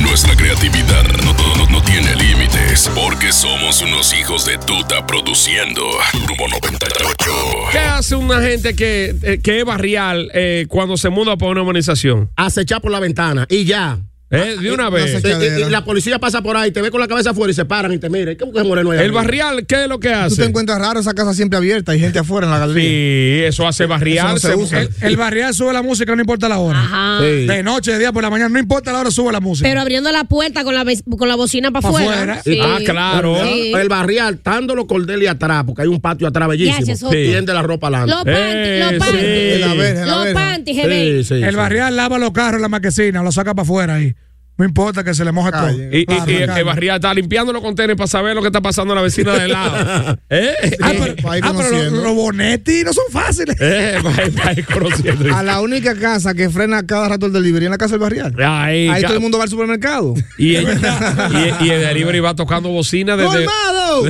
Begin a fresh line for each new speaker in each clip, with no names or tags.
Nuestra creatividad no, no- no tiene límites porque somos unos hijos de tuta produciendo Rumbo 98.
¿Qué hace una gente que, eh, que es barrial eh, cuando se muda para una urbanización?
acechar por la ventana y ya.
Ah,
Eh, de una vez.
Y- y- y la policía pasa por ahí, te ve con la cabeza afuera y se paran y te mira. ¿Qué mujer moreno es?
El barrial, ¿qué es lo que
Tú te
hace?
encuentras raro esa casa siempre abierta y gente afuera en la galería.
Sí, eso hace barrial.
Eso no se usa.
eh,
El barrial sube la música, no importa la hora.
Ajá.
Sí.
De noche, de día, por la mañana, no importa la hora, sube la música.
Ah, Pero abriendo la puerta con la, ve- con la bocina para
Pa'
afuera.
fuera.
Ah, claro.
Sí.
El barrial, tanto los cordeles atrás, porque hay un patio atrás bellísimo.
Ya, eso-
Sí. Tiende la ropa
Los
adelante.
Eh,
panties, los panties.
sí.
La verja, la
Los
verja.
panties, jefe.
sí,
el
sí.
barrial lava los carros en la marquesina, lo saca para afuera ahí. No importa que se le moje todo.
Calle.
y, y-
Claro,
y el,
claro.
el barrial está limpiando los contenedores para saber lo que está pasando en la vecina de al lado. ¿Eh?
Ah, pero,
pa' ir Pues
ah, pero los,
conociendo.
los bonetti no son fáciles.
Eh, va a ir- va a ir conociendo.
A la única casa que frena cada rato el delivery en la casa del barrial.
Ahí,
Ahí
ca-
todo el mundo va al supermercado.
y, el, y, y el delivery va tocando bocina desde.
¡Formado!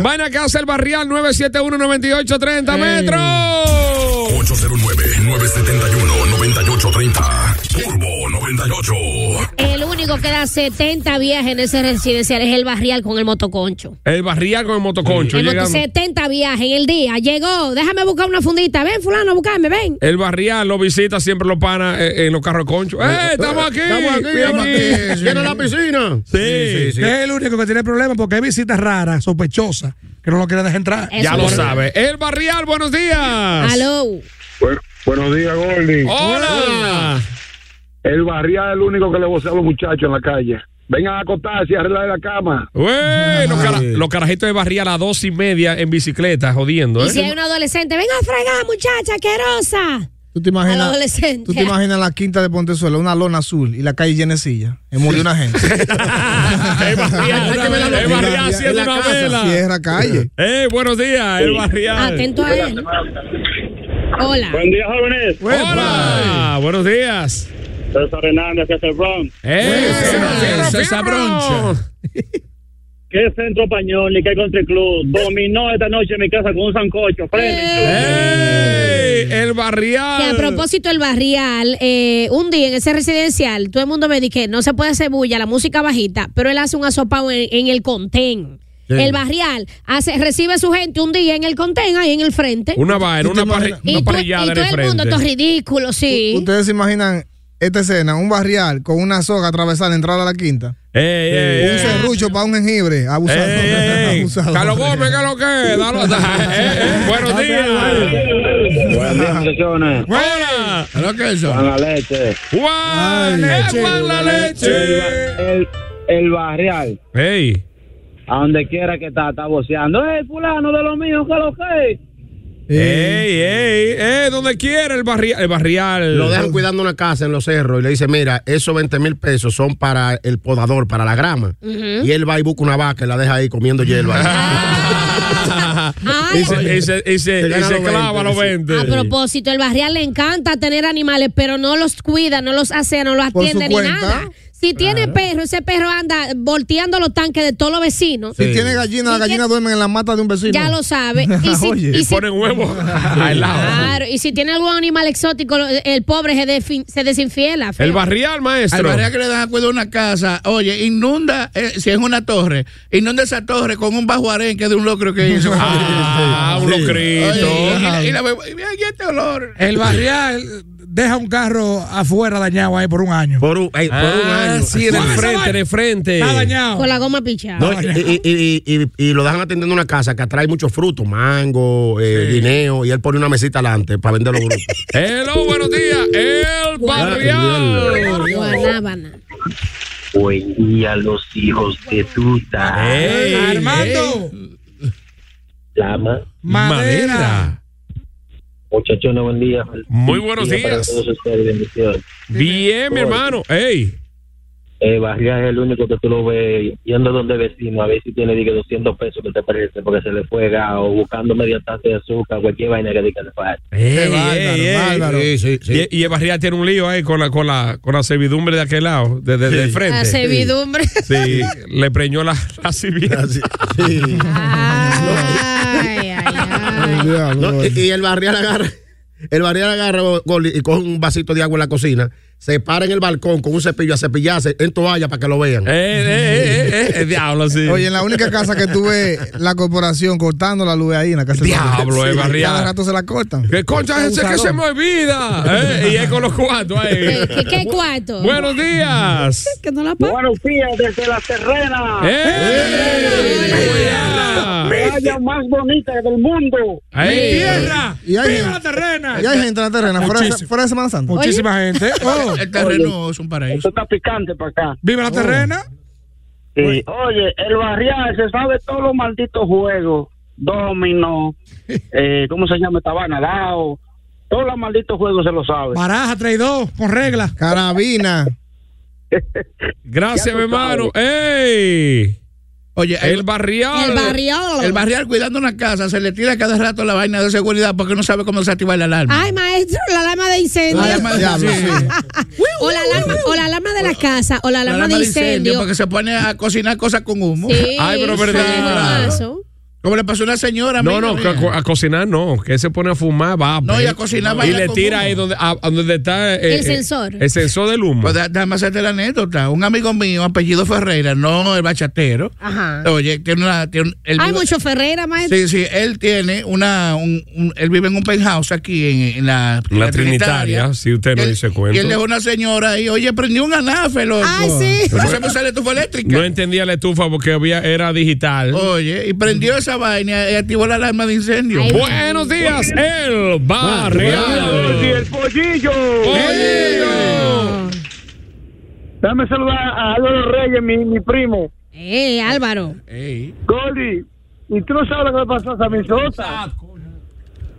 Vaina que hace el barrial 971-9830 metros.
809-971-9830. Turbo 98.
El único que da 70 viajes en ese residencial es el barrial con el motoconcho.
El barrial con el motoconcho.
El moto-
llegando.
70 viajes en el día. Llegó, déjame buscar una fundita. Ven, fulano, buscarme, ven.
El barrial lo visita siempre los panas eh, en los carros de concho. ¡Eh, estamos aquí!
Estamos aquí, estamos aquí.
Cuidado aquí.
Viene la piscina.
Sí,
sí.
Es el único que tiene problema porque hay visitas raras, sospechosas, que no lo quieren dejar entrar.
Eso
Ya lo
es.
sabe. El barrial, buenos días.
Aló.
Bu- buenos días, Gordy.
Hola.
El barrial es el único que le vocea a los muchachos en la calle. Vengan a acostarse y arreglar la cama.
Güey, los, cara- los carajitos de barrial a dos y media en bicicleta, jodiendo,
Y si hay
¿eh?
un adolescente, venga a fregar, muchacha, asquerosa.
¿Tú te,
A
imaginas,
los adolescentes.
¿Tú te imaginas la quinta de Pontezuela, una lona azul y la calle llena de silla? Y murió una gente.
el barrial,
Hay que ver la
el
luz.
barrial
En la-
haciendo
en la
una
casa,
vela.
Cierra calle.
Eh, buenos días, el barrial.
Atento a él. Hola.
día, jóvenes.
Hola, buenos días.
César Hernández, desde el Bronx.
Eh,
César, César Broncho.
¿Qué centro pañol ni qué country club? Dominó esta noche en mi casa con un sancocho.
¡Ey! El
Que a
barrial.
propósito el barrial, eh, un día en ese residencial, todo el mundo me dice que no se puede hacer bulla, la música bajita, pero él hace un asopado en, en el contén. El barrial hace, recibe a su gente un día en el contén, ahí en el frente.
Una vaina,
¿Y te
una, parri-
imaginas?
y
una
tú-
parrillada
y
en
todo
el
el mundo, esto es
frente.
ridículo, sí.
¿Ustedes se imaginan esta escena? Un barrial con una soga atravesada la entrada a la quinta.
Ey, ey,
Un
ey.
serrucho para un jengibre. Abusado.
Ey, ey, ey.
Abusado.
Eh. Carlos Gómez, ¿qué es lo que es? Dalo- da- eh, eh, Buenos días.
Buenos días, muchachones.
Hola.
¿Pero qué es
Con
eso?
la leche.
Juan, es Juan la leche.
El, el barrial,
Ey.
a donde quiera que está, está voceando. ¡Ey, fulano de lo mío, qué es lo que es!
Ey, ey, ey, donde quiera el barrial. El barrial.
Lo dejan cuidando una casa en los cerros y le dice, mira, esos 20 mil pesos son para el podador, para la grama. Y él va y busca una vaca y la deja ahí comiendo hierba.
Ay,
Y se, y se- y se-
Se gana
y se
los
clava
20,
los
sí.
20.
Ah, A propósito, el barrial le encanta tener animales, pero no los cuida, no los hace, no los
Por su
atiende ni
cuenta.
nada. Si tiene perro, ese perro anda volteando los tanques de todos los vecinos.
Si tiene gallina, las
¿Y qué-
gallinas duermen en la mata de un vecino.
Ya lo sabe. Y si,
Oye,
y
Y
si-
ponen huevos al lado.
Claro, y si tiene algún animal exótico, lo- el pobre se, defi- se desinfiela. feo.
El barrial,
Al
maestro.
barrio que le das acuerdo a una casa, oye, inunda, eh, si es una torre, inunda esa torre con un bajo arenque de un locro que hizo.
Ah, un
Oye,
locrito.
y la- y la- y la- y este olor.
El barrial deja un carro afuera dañado ahí por un año.
por un, ey, por un
Ah,
año.
sí, en el frente, en el frente.
Está dañado.
Con la goma pichada.
No, y, y- y- y- y lo dejan atendiendo una casa que atrae muchos frutos, mango, eh, guineo, y él pone una mesita adelante para vender los grupos.
Hello, buenos días. El barrial.
Guanábana.
Buen día, los hijos de tuta.
Ey,
Armando,
Lama.
madera.
Muchachos, no, buen día.
Muy buenos
Día para
días.
todos ustedes, bendiciones.
Bien, mi hermano. Ey.
Eh, Barrial es el único que tú lo ves yendo donde vecino, a ver si tiene diga, 200 pesos que te parece porque se le fue gas, o buscando media taza de azúcar, cualquier vaina que diga le falta.
Ey,
bárbaro,
ey, ey.
bárbaro.
Sí, sí, sí.
Y, y el barrial tiene un lío ahí con la, con la, con la servidumbre de aquel lado, de, de- de
La
frente.
servidumbre.
Sí, le preñó la, la sirvienta.
Así, sí.
Ay, ay, ay.
Diablo,
No, y, y el barrial agarra, el barrial agarra Goli, y coge un vasito de agua en la cocina, se para en el balcón con un cepillo a cepillarse en toalla para que lo vean.
Eh, eh, eh, eh, eh, diablo, sí.
Oye, en la única casa que tuve la corporación cortando la luz ahí en la casa. del
Diablo,
barrio.
eh, barrial.
Cada rato se la cortan.
¿Qué concha es ese que se me olvida? Eh, y es con los cuatro ahí.
¿Qué, qué- qué cuarto?
Buenos días.
Que no la paga.
Buenos días desde la terrena,
Eh. ¡Ey! ¡Buena!
playa más bonita del mundo.
¡Ey!
Y hay
¡Viva la
gente-
terrena!
Y hay gente en la terrena, fuera, de-
Muchísimo.
fuera de Semana Santa.
Muchísima gente. Oh,
El terreno es un paraíso.
Esto está picante para acá.
¡Viva
Oh.
la terrena!
Sí, Pues, oye, el barrial se sabe todos los malditos juegos. Domino, eh, ¿cómo se llama? Tabanalao. Todos los malditos juegos se lo sabe.
Baraja 3-2, con regla.
Carabina.
Gracias, mi hermano. ¡Ey!
Oye,
El barrial.
El barrio.
El barrial cuidando una casa, se le tira cada rato la vaina de seguridad porque no sabe cómo desactivar la alarma.
Ay, maestro, la alarma de incendio.
La alarma-
Diablo,
sí.
sí.
O la alarma, o la alarma de la casa, o la
La
alarma,
alarma
de
porque
incendio.
se pone a cocinar cosas con humo.
Sí,
Ay, pero
sí,
verdad.
eso.
Como le pasó a una señora.
No,
amiga
no, que
mía.
a, co- a cocinar no. Que se pone a fumar, va.
No,
pues.
y a cocinar
Y
vaina
le
con
tira
humo.
ahí donde, a- a donde está. eh,
El
eh,
sensor.
El sensor del humo.
Pues da- déjame hacerte la anécdota. Un amigo mío, apellido Ferreira, no el bachatero.
Ajá.
Oye, tiene una. Tiene un- él
Hay
vive-
mucho Ferrera, maestro.
Sí, sí, él tiene una. Un, un- él vive en un penthouse aquí en, en la.
La Trinitaria, si usted no
Él-
dice cuento.
Y él dejó una señora ahí, oye, prendió un anafe, loco.
Ay, sí.
Pero no se me sale estufa eléctrica.
No entendía la estufa porque había, era digital.
Oh.
Oye, y prendió esa vaina y activó la alarma de incendio.
Ay,
Buenos días, el barrial.
el pollillo.
Oye,
Dame saludar a Álvaro Reyes, mi, mi primo.
Eh, Álvaro.
Ey.
Gordy, y tú no sabes lo que le pasó a Samisota.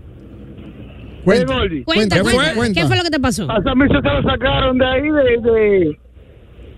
¿Eh,
Cuenta.
Gordy?
Cuenta,
Cuenta,
cuenta.
¿qué fue?
¿Qué fue lo que te pasó?
A Samisota lo sacaron de ahí, de, de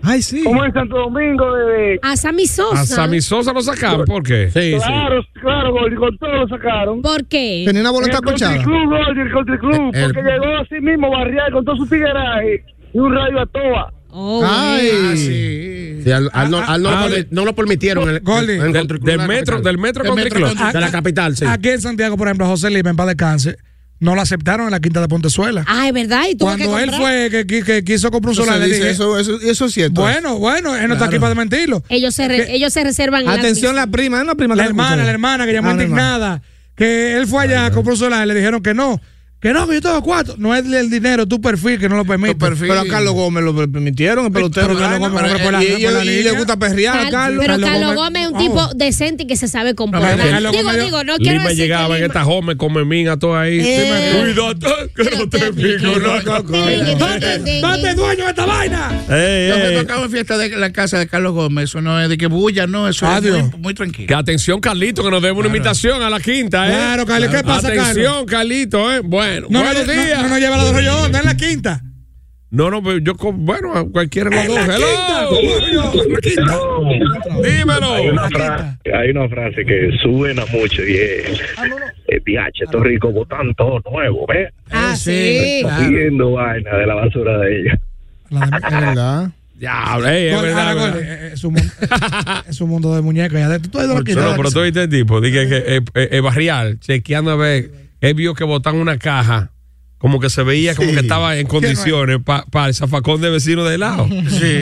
Ay, sí.
como en Santo Domingo, de... de-
A Sammy Sosa.
a Sammy Sosa lo sacaron, ¿por qué?
Sí, sí.
Claro, claro, Gordy, con todo lo sacaron.
¿Por qué?
Tenía una boleta
el Country
cochada.
Club, Gordy, el Country Club,
El-
porque llegó así mismo barrial con todo su tigueraje y un radio a toa.
Oh,
Ah,
Ay.
sí.
Sí, al- al no, al no
Ah,
lo
ah,
permi- no lo permitieron. en el-
Goldie,
en el
Del,
Country Club
del
de la
metro,
capital.
del metro
Del
Country
metro
Club.
Country
de la capital, sí.
Aquí en Santiago, por ejemplo, José Lima, en paz descanse, no la aceptaron en la quinta de Pontezuela.
Ay, ¿verdad? ¿Y Ah, tuvo que
Cuando él
comprar?
fue que, qui- que quiso comprar un
Eso,
solar,
se
le
dice,
dije,
eso, eso, eso es cierto.
bueno, bueno, él no está aquí para mentirlo.
Ellos se, re- ellos se reservan. la-
Atención, la prima. Es una prima que
La
no
hermana,
escucha.
la hermana que
Ah,
llamó
una hermana.
indignada, que él fue allá, compró un solar, le dijeron que no. Que no, que yo tengo cuatro. No es el dinero, tu perfil que no lo permite.
Pero a Carlos Gómez lo permitieron, el pelotero.
Pero Carlos Gómez, hombre, por la-
y,
por la
y- y le
línea.
gusta perrear a
Cal-
Carlos.
pero Carlos
Carlos
Gómez es un tipo decente y que se sabe comportar.
Carlos Gómez-
digo, digo, no quiero
Lima
decir
llegaba
que
en
Lima-
esta home con Memín a todo ahí.
Eh.
Cuídate, que no te pico la
Date- date
dueño de esta vaina!
Eh.
Lo que tocaba en fiesta de la casa de Carlos Gómez, eso no es de que bulla, no, eso es muy, muy tranquilo.
Que atención, Carlito, que nos debe una invitación a la quinta, ¿eh?
Claro, Carlos, ¿qué pasa, Carlos?
Atención, Carlito, ¿eh? Bueno,
No, no,
buenos
no,
días.
no, no lleva la de Rollo, no en la quinta.
No, no, pero yo, con- bueno, a cualquiera de los dos. ¡Hello!
Hay
¡Dímelo!
una, fra- hay una frase que suena mucho y es: eh, Piache, estos ricos botan todo nuevo, ¿ves?
Ah, sí.
Cogiendo vaina de la basura de ellos.
Es verdad.
Ya, ey, es
Gol,
verdad.
ahora, gol,
verdad.
eh, eh, Es un mundo- es un mundo de muñecas. ya de- tú has ido a la quinta,
No,
la
pero
quinta.
tú viste el tipo, dije que eh, eh, eh, barrial, chequeando a ver, él vio que botan una caja, como que se veía como
Sí.
que estaba en condiciones para el zafacón de vecino de helado.
Sí.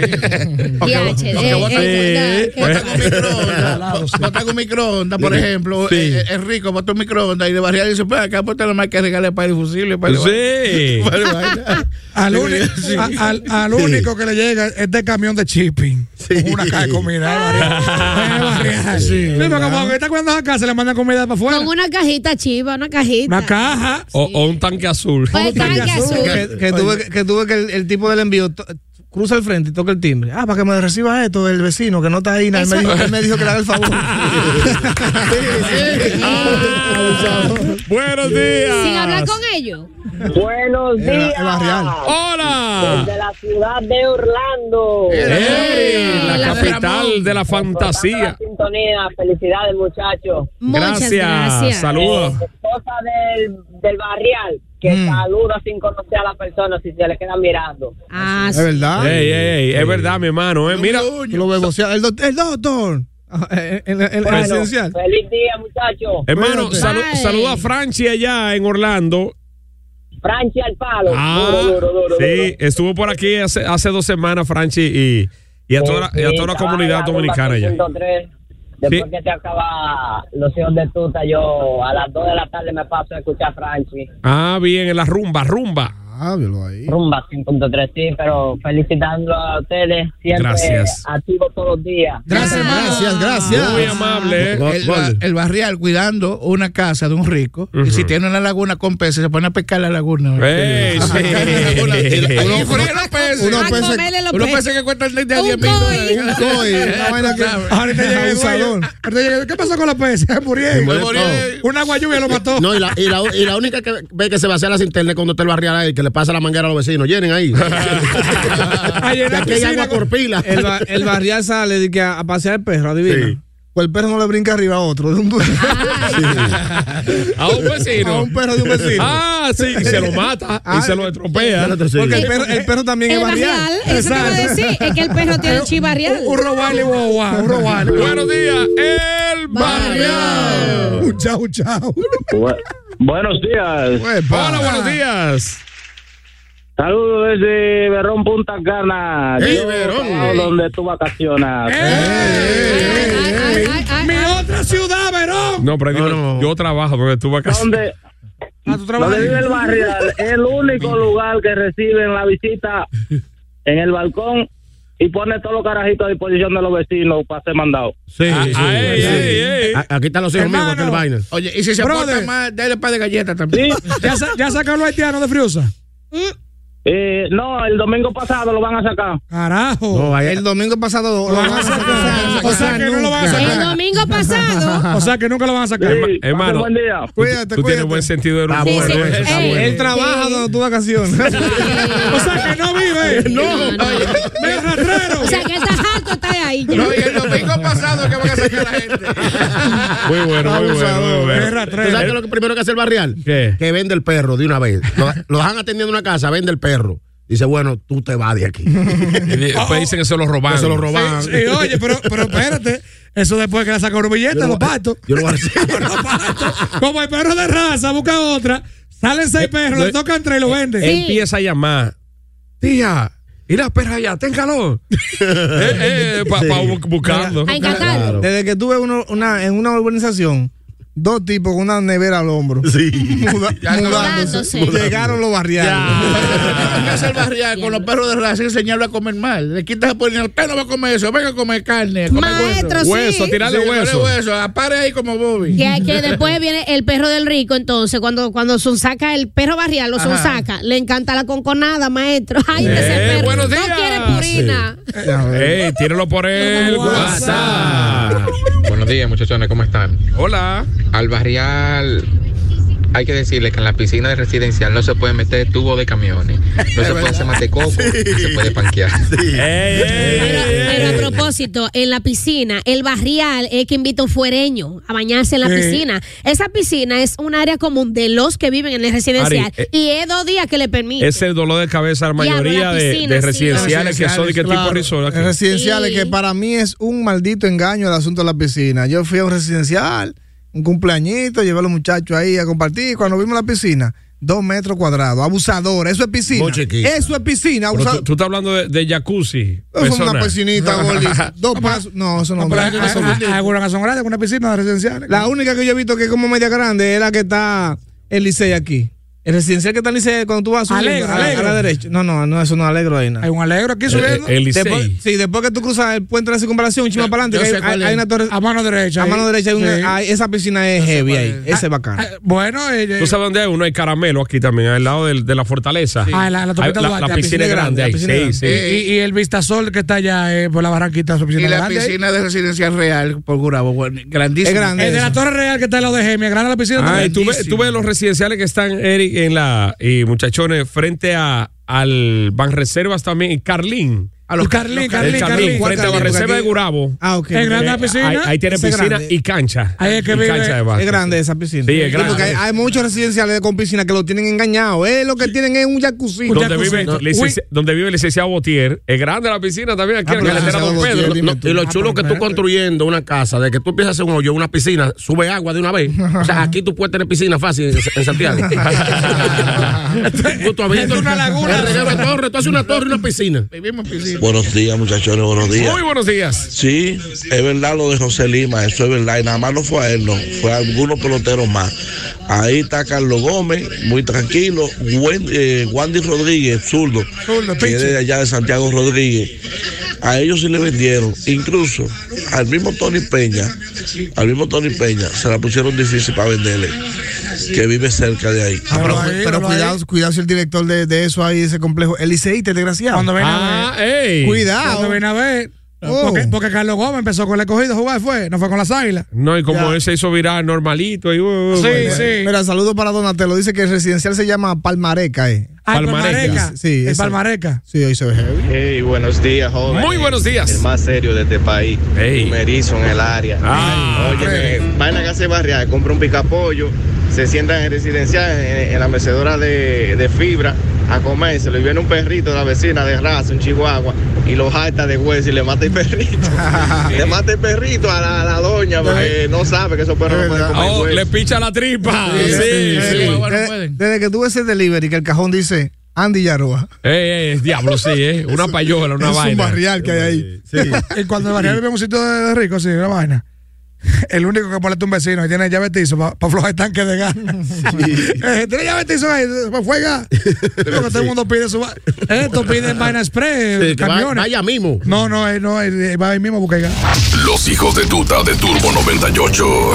Diache,
Lo que
eh,
bota-
eh,
Sí.
Bota con microondas, bota con microondas, por ejemplo.
Sí.
eh, eh, Es rico, bota un microondas y de barrial dice: Pues acá, ponte la más que regale para el fusible. Para el
Sí.
para el vaina".
Al, uni- a- al- al único que le llega es de camión de shipping. Con Una caja de comida. eh, barrial. Eh, barrial. Sí, pero como que está cuidando la casa, le mandan comida para afuera.
Con una cajita chiva, una cajita.
Una caja.
O, o un tanque azul.
Pues el tanque azul.
Que, que tuve, que- que tuve que el, el tipo del envío to- cruza el frente y toca el timbre. Ah, para que me reciba esto, el vecino que no está ahí. nada, Él me,
Eso-
dijo, él me dijo que le haga el favor. Sí, sí.
Buenos días.
Sin hablar con ellos.
Buenos días.
Era barrial.
Hola.
Desde la ciudad de Orlando.
Ey,
Hola,
la capital
Ramón.
de la fantasía.
Sintonía, felicidades muchachos.
Muchas
Gracias.
gracias.
Saludos.
Esposa del, del barrial que
Mm.
saluda sin conocer a la persona si se le queda mirando.
Ah,
Es
sí.
verdad.
Ey, ey, ey, Es verdad, mi hermano. eh. Mira,
Tú lo ves vocear, El, doc- el doctor. Ah, eh, El, el- el
Bueno,
residencial.
feliz día muchachos.
hermano, salu-
Ay.
saluda a Franchi allá en Orlando.
Franchi al palo.
Ah,
duro, duro, duro,
sí,
duro.
estuvo por aquí hace, hace dos semanas, Franchi, y, y a toda, la- y a toda la
Estaba en
comunidad
rumba
dominicana allá.
303. Después
Sí.
que se acaba los hijos de tuta, yo a las 2 de la tarde me paso a escuchar a Franchi.
Ah, bien, en la rumba, rumba.
Háblalo ahí.
Rumba 5.3, sí, pero felicitando a ustedes. Siempre
Gracias.
activo todos los días.
Gracias, hermano. Gracias, gracias.
Muy amable, eh.
El, ba- el barrial cuidando una casa de un rico. Y si tiene una laguna con peces, se pone a pescar la laguna.
Ey, sí.
Uno
Uno
A
piensa-
comerle los
Uno
peces.
piensa que cuesta el de 10
Un
mil dólares.
coin.
Oye, una vaina que-
Ahorita llega el dueño.
Abusador.
Ahorita llega- ¿Qué pasó con los peces? Murieron.
murió.
Una agua lluvia lo mató.
No, y la, y, la, y la única que ve que se vacía las internet cuando te lo barrial ahí, que le pasa la manguera a los vecinos, llenen ahí.
A
Ya
llenar
que hay
piscina
agua
con-
por pila.
El, ba- el barrial sale de que a, a pasear el perro, adivina.
Sí.
Pues el perro no le brinca arriba a otro. De un,
A un
a
vecino.
un perro de un vecino.
Ah, sí, y se lo mata y
Ah,
se lo
Ya
estropea.
no te sigue.
Porque el perro, el perro también
El
es barrial.
barrial. Eso te voy a decir. Es que el perro tiene chivarrial.
Un robale, guagua. Un robale.
Buenos días, el barrial.
Un chau, chau.
Buenos días.
Hola, buenos días.
Saludos desde Berrón Punta Cana.
Eh,
Ey,
Yo,
Berrón.
trabajo Donde tú
Eh.
vacacionas.
Eh.
Eh,
Ay, ay, ay, ay,
Mi
ay.
otra ciudad, Verón.
No, pero ahí dijo, yo trabajo donde tú vas a casa.
Donde,
Ah, tú trabajas.
donde vive el barrial. Es el único lugar que reciben la visita en el balcón y pone todos los carajitos a disposición de los vecinos para ser mandado.
Sí,
Ah,
sí,
ah, ey,
sí. ah.
ey, ey.
A- Aquí están los hijos míos, aquel vaina.
Oye, y si se
Brother.
porta más, dale par de galletas también.
Ya, sa- ya sacaron los haitianos de Friusa.
Eh, no, el domingo pasado lo van a sacar.
Carajo.
No, ahí-
El domingo pasado lo van a sacar.
O sea que no lo van a
Nunca.
El
sacar.
domingo pasado.
O sea que nunca lo van a sacar.
Sí,
Hermano,
pasen
hermano.
Buen día.
Tú-
Cuídate,
tú
cuídate.
tienes buen sentido de humor.
Sí, sí.
¿eh?
Ey,
Él trabaja
sí.
donde tú vacaciones.
O sea que no vive.
No, no.
Me rastrero.
O sea que está harto, está ahí. ya.
No, y el domingo pasado que van a sacar a la gente.
Muy bueno, muy bueno, muy bueno.
Es
¿Tú sabes qué es
rastrero.
lo que primero que hace el barrial?
¿Qué?
Que vende el perro de una vez. Lo, lo dejan atendiendo una casa, vende el perro. Dice, bueno, tú te vas de aquí. Que
Y Después dicen que se lo robaron.
se lo roban.
Sí, oye, pero, pero espérate. Eso después que le sacaron un billete, los patos.
Yo lo voy a decir.
Los patos. Como el perro de raza, busca otra. Salen seis perros, le tocan tres y lo venden.
Él Empieza a llamar. Tía, y la perra allá, ten calor. eh, eh, pa- pa- bu- buscando.
A encantarlo.
Claro.
Desde que tuve uno, una, en una urbanización, dos tipos con una nevera al hombro.
Sí.
Eh, Mudándose.
Llegaron los barriales.
¿Qué es el barrial con los perros de raza y enseñarlo a comer mal? Le quitas a poner, usted no va a comer eso, venga a comer carne. a comer
Maestro, sí. Hueso, tirarle hueso.
hueso. Apare ahí como Bobby.
Que, que después viene el perro del rico, entonces, cuando, cuando son saca el perro barrial, lo son
Ajá.
saca, le encanta la conconada, maestro. Ay,
Eh,
ese perro.
buenos
No
días.
quiere purina.
Ey, tíralo por el WhatsApp.
Buenos días, muchachones, ¿cómo están?
Hola.
Al barrial hay que decirle que en la piscina de residencial no se puede meter tubo de camiones, no se puede hacer matecoco, no se puede panquear.
Eh.
Pero a propósito, en la piscina, el barrial es que invita a un fuereño a bañarse en la
Sí.
piscina. Esa piscina es un área común de los que viven en el residencial.
Ari, eh,
y es dos días que le permiten.
Es el dolor de cabeza la
Diablo,
mayoría
la
de-
piscina,
de,
sí.
residenciales que son de qué tipo
Claro.
de resort aquí.
Residenciales,
Sí.
que para mí es un maldito engaño el asunto de la piscina. Yo fui a un residencial, un cumpleañito, llevé a los muchachos ahí a compartir. Cuando vimos la piscina, dos metros cuadrados, abusador, eso es piscina.
Muy chiquita.
Eso es
Pero
piscina, abusador.
tú, tú estás hablando de, de jacuzzi.
Eso es una
personal.
piscinita, Goli. Dos pasos. No, eso no.
pero hay- hay- hay-
ah, Algunas que son grandes, una piscina de residencial. La única que yo he visto que es como media grande es la que está el Licey aquí. El residencial que está en Licey, cuando tú vas subiendo,
Alegro,
a, la-
alegro.
a la derecha. No, no, no, eso no es alegro ahí. Hay un alegro aquí
subiendo. Eh, El- el Licey.
Después, sí, después que tú cruzas el puente de la circunvalación, un chima para
yo
adelante,
sé
que hay-
cuál
hay,
es.
hay una torre. A mano derecha. A
ahí.
mano derecha hay una-
Sí.
hay- esa piscina es heavy ahí. Ese es bacán.
Bueno, tú sabes dónde hay uno, hay caramelo aquí también, al lado del- de la fortaleza.
Ah, la, la,
Hay-
Topeta
la-
Duarte,
la piscina es grande,
la
ahí.
piscina
Sí,
grande. Eh,
sí.
Y, y- y el Vistasol que está allá eh, por la barranquita, su piscina
Y la
grande.
piscina de residencia real por Gurabo, bueno, grandísima.
El de la Torre Real que está al lado de Gemia, grande la piscina.
Ah, y
también.
tú, ves, tú ves los residenciales que están, Eric, en la. Y muchachones, frente a, al Banreservas también, en Carlín.
A los- Carlín,
El
Carlín, Carlín. ¿Cuál
Frente a
Carlín?
Banreserva
Porque
de
aquí-
Gurabo. Eh,
Ah, ok. Es grande la piscina.
Ahí, ahí tiene
Esa es
piscina
grande.
y cancha.
Ahí es que
Y
vive-
cancha de
Es
básquet.
grande esa piscina.
Sí, es
Sí, porque hay,
grande.
hay muchos residenciales con piscina que lo tienen engañado. Eh, lo que tienen es un jacuzzi.
Donde vive, licenci- donde vive el licenciado Botier. Es grande la piscina también
Ah,
aquí en la carretera Don Pedro.
No, y lo chulo que tú construyendo una casa, de que tú empiezas a hacer un hoyo, una piscina, sube agua de una vez. O sea, aquí tú puedes tener piscina fácil en, en Santiago. tú, tú habiendo- el reguero de torre, tú haces una torre y una piscina.
Buenos días, muchachones, buenos días.
Muy buenos días.
Sí, es verdad lo de José Lima, eso es verdad. Y nada más no fue a él, no, fue a algunos peloteros más. Ahí está Carlos Gómez, muy tranquilo. Wen- eh, Wandy Rodríguez, zurdo, que es de allá de Santiago Rodríguez. A ellos sí le vendieron. Incluso al mismo Tony Peña, al mismo Tony Peña, se la pusieron difícil para venderle, que vive cerca de ahí.
pero pero cuidado, cuidado si el director de, de eso ahí, ese complejo, el liceísta, desgraciado. Cuando
ven
a ver.
Cuidado. Oh.
Cuando ven a ver. Porque, porque Carlos Gómez empezó con el escogido a jugar, fue, no fue con las águilas.
No, y como él se hizo viral normalito. Y, uh, bueno.
Mira, saludo para Donatello. Dice que el residencial se llama Palmareca. Eh.
Ah,
Palmareca.
Sí,
El
ese.
Palmareca.
Sí, ahí se ve heavy.
Hey, buenos días, joven.
Muy buenos días.
El más serio de este país. Primerizo en el área.
Ah.
Oye, vaina que hace barrial, compra un picapollo, se sientan en residencial, en, en la mecedora de, de fibra, a comérselo. Y viene un perrito de la vecina de raza, un chihuahua, y lo jata de hueso y le mata el perrito. le mata el perrito a la, a la doña, porque no sabe que esos perros no pueden comer
Oh,
hueso.
le picha la tripa.
Sí,
Ah,
Eh,
Sí, sí.
Desde- desde, Eh, desde que tú ves el delivery, que el cajón dice Andy Yaroa.
Ey, ey, diablo, sí, eh. Una payola, una
es
vaina.
un barrial que hay ahí.
Y cuando el barrio vive en un sitio de, de rico, sí, una vaina. El único que pone un vecino y tiene llave tizo para aflojar el tanque de gas. Eh, tiene llave tizo ahí, para fuega. Porque todo el mundo pide su. va- Esto piden vaina spray,
Sí, que va-
camiones.
vaya mismo.
No, no, eh, no, eh, va ahí mismo a buscar gas.
Los hijos de tuta de Turbo 98.